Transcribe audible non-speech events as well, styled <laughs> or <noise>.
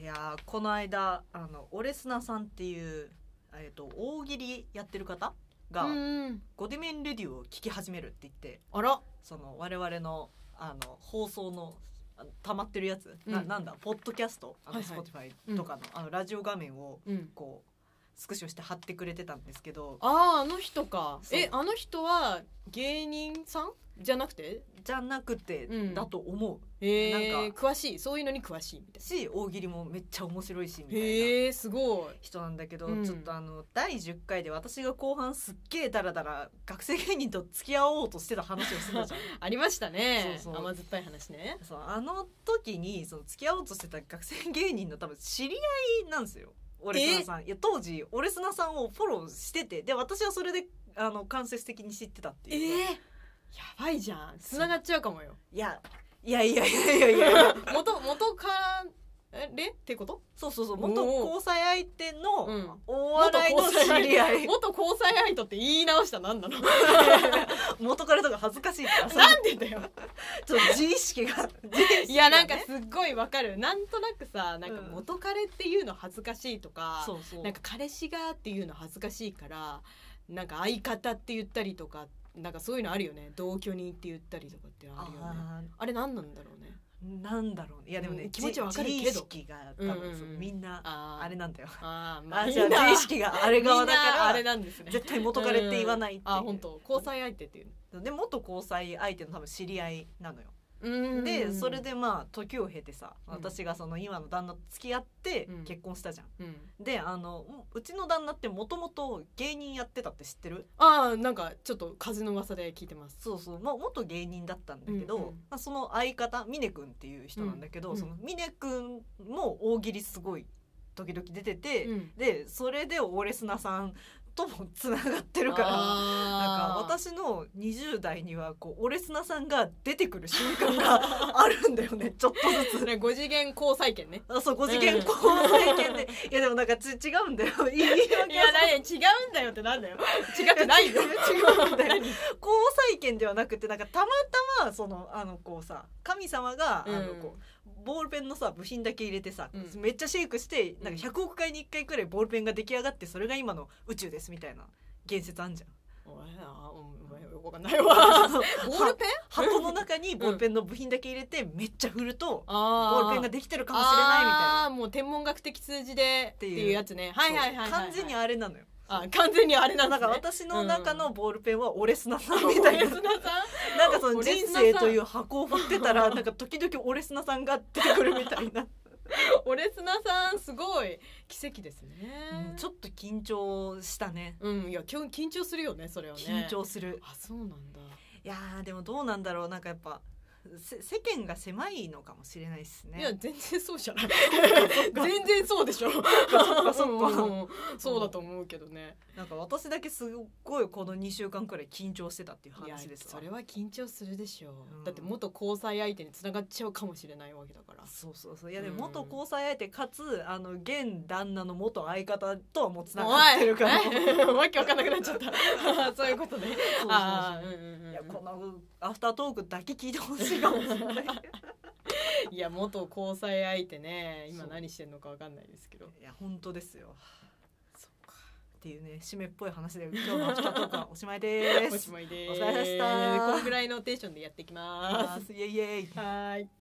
いやーこの間あのオレスナさんっていう、えー、と大喜利やってる方が、うんゴディメンレディオを聞き始めるって言ってあらその我々のあの放送のあの溜まってるやつ、なうんなんだポッドキャストあの、はいはい Spotify とかの,、あのラジオ画面をうんこうスクショして貼ってくれてたんですけどあああの人かそうえあの人は芸人さんじゃなくてじゃなくてうんだと思う、えなー、ん詳しいそういうのに詳しいみたいし大喜利もめっちゃ面白いしみなたいな。へえー、すごい人なんだけど、うんちょっとあの第10回で私が後半すっげえダラダラ学生芸人と付き合おうとしてた話をして <laughs> たじゃんありましたねそうそう甘酸っぱい話ねそうあの時にその付き合おうとしてた学生芸人の多分知り合いなんですよオレスナさんいや当時オレスナさんをフォローしててで私はそれであの間接的に知ってたってえいう、やばいじゃん繋がっちゃうかもよいやいやいやいやいやい <laughs> や元元かられってことそうそうそう元交際相手うのんお笑いの知り <laughs> 合い元交際相手って言い直したら何なの元彼とか恥ずかしい <laughs> からさなんでだよちょっと自意識が自意識がねいやなんかすっごいわかるなんとなくさなんかうん元彼っていうの恥ずかしいとか、そうそうなんか彼氏がっていうの恥ずかしいからなんか相方って言ったりとかなんかそういうのあるよね同居人って言ったりとかってあるよねああれ何なんだろうねーなんだろうねいやでもね、うん気持ちはわかるけど自意識が多分、そううんうんうんみんなあーあれなんだよあー、まあ、あみんじゃあな自意識があれ側だかみんなあれらなんですね絶対元彼って言わないっていうあ本当交際相手っていうで元交際相手の多分知り合いなのよ、のでそれ、でまあ時を経てさうん私がその今の旦那と付き合ってうん結婚したじゃん、うん、であのうちの旦那ってもともと芸人やってたって知ってるああなんかちょっと風の噂で聞いてますそうそう、まあ、元芸人だったんだけど、うんうんまあ、その相方峰君っていう人なんだけど、うんその峰君も大喜利すごい時々出てて、うんでそれでオレスナさんともつながってるから。なんかあー私の20代にはこうオレスナさんが出てくる瞬間 <laughs> があるんだよねちょっとずつそれ5次元交際圏ねあそう5次元交際圏で、いやでもなんかち違うんだよ言い訳いやは何違うんだよってなんだよ違 <laughs> くないよ違うんだよ交際圏ではなくてなんかたまたまそのあのこうさ神様が、あのこうボールペンのさ部品だけ入れてさ、うんめっちゃシェイクしてなんうんか100億回に1回くらいボールペンが出来上がってそれが今の宇宙ですみたいな言説あ <laughs> んじゃん。お前なお前よくわかんないわボールペン箱の中にボールペンの部品だけ入れてめっちゃ振るとボあールペンができてるかもしれないみたいな。あーもう天文学的数字でってていういうやつねはいはいはいはい完全にあれなのよ。あ完全にあれなんなだんか私の中のボールペンはオレスナさんみたい <laughs> な。なんかその人生という箱を振ってたらなんか時々オレスナさんが出てくるみたいな、オレスナさんすごい奇跡ですね <laughs> うんちょっと緊張したねうんいや今日緊張するよねそれはね緊張するあそうなんだいやーでもどうなんだろうなんかやっぱせ世間が狭いのかもしれないですねいや全然そうじゃないか全然そうでしょそ <laughs> っかそっかそうだと思うけどねなんか私だけすごいこの2週間くらい緊張してたっていういや話ですわそれは緊張するでしょう、うんだって元交際相手に繋がっちゃうかもしれないわけだからそうそうそういやでうんも元交際相手かつあの現旦那の元相方とはもうつながってるからおいえわけわかんなくなっちゃったそういうことね <laughs> そうそうそうああうんうんうんいやこのアフタートークだけ聞いてほしいかもしれないいや元交際相手ね今そう何してんのかわかんないですけど <laughs> いや本当ですよそっていうね締めっぽい話で今日のアフタートークはおしまいでおすしまいですお疲れ様でしたこのぐらいのテンションでやっていきまいイエイイエイすはーい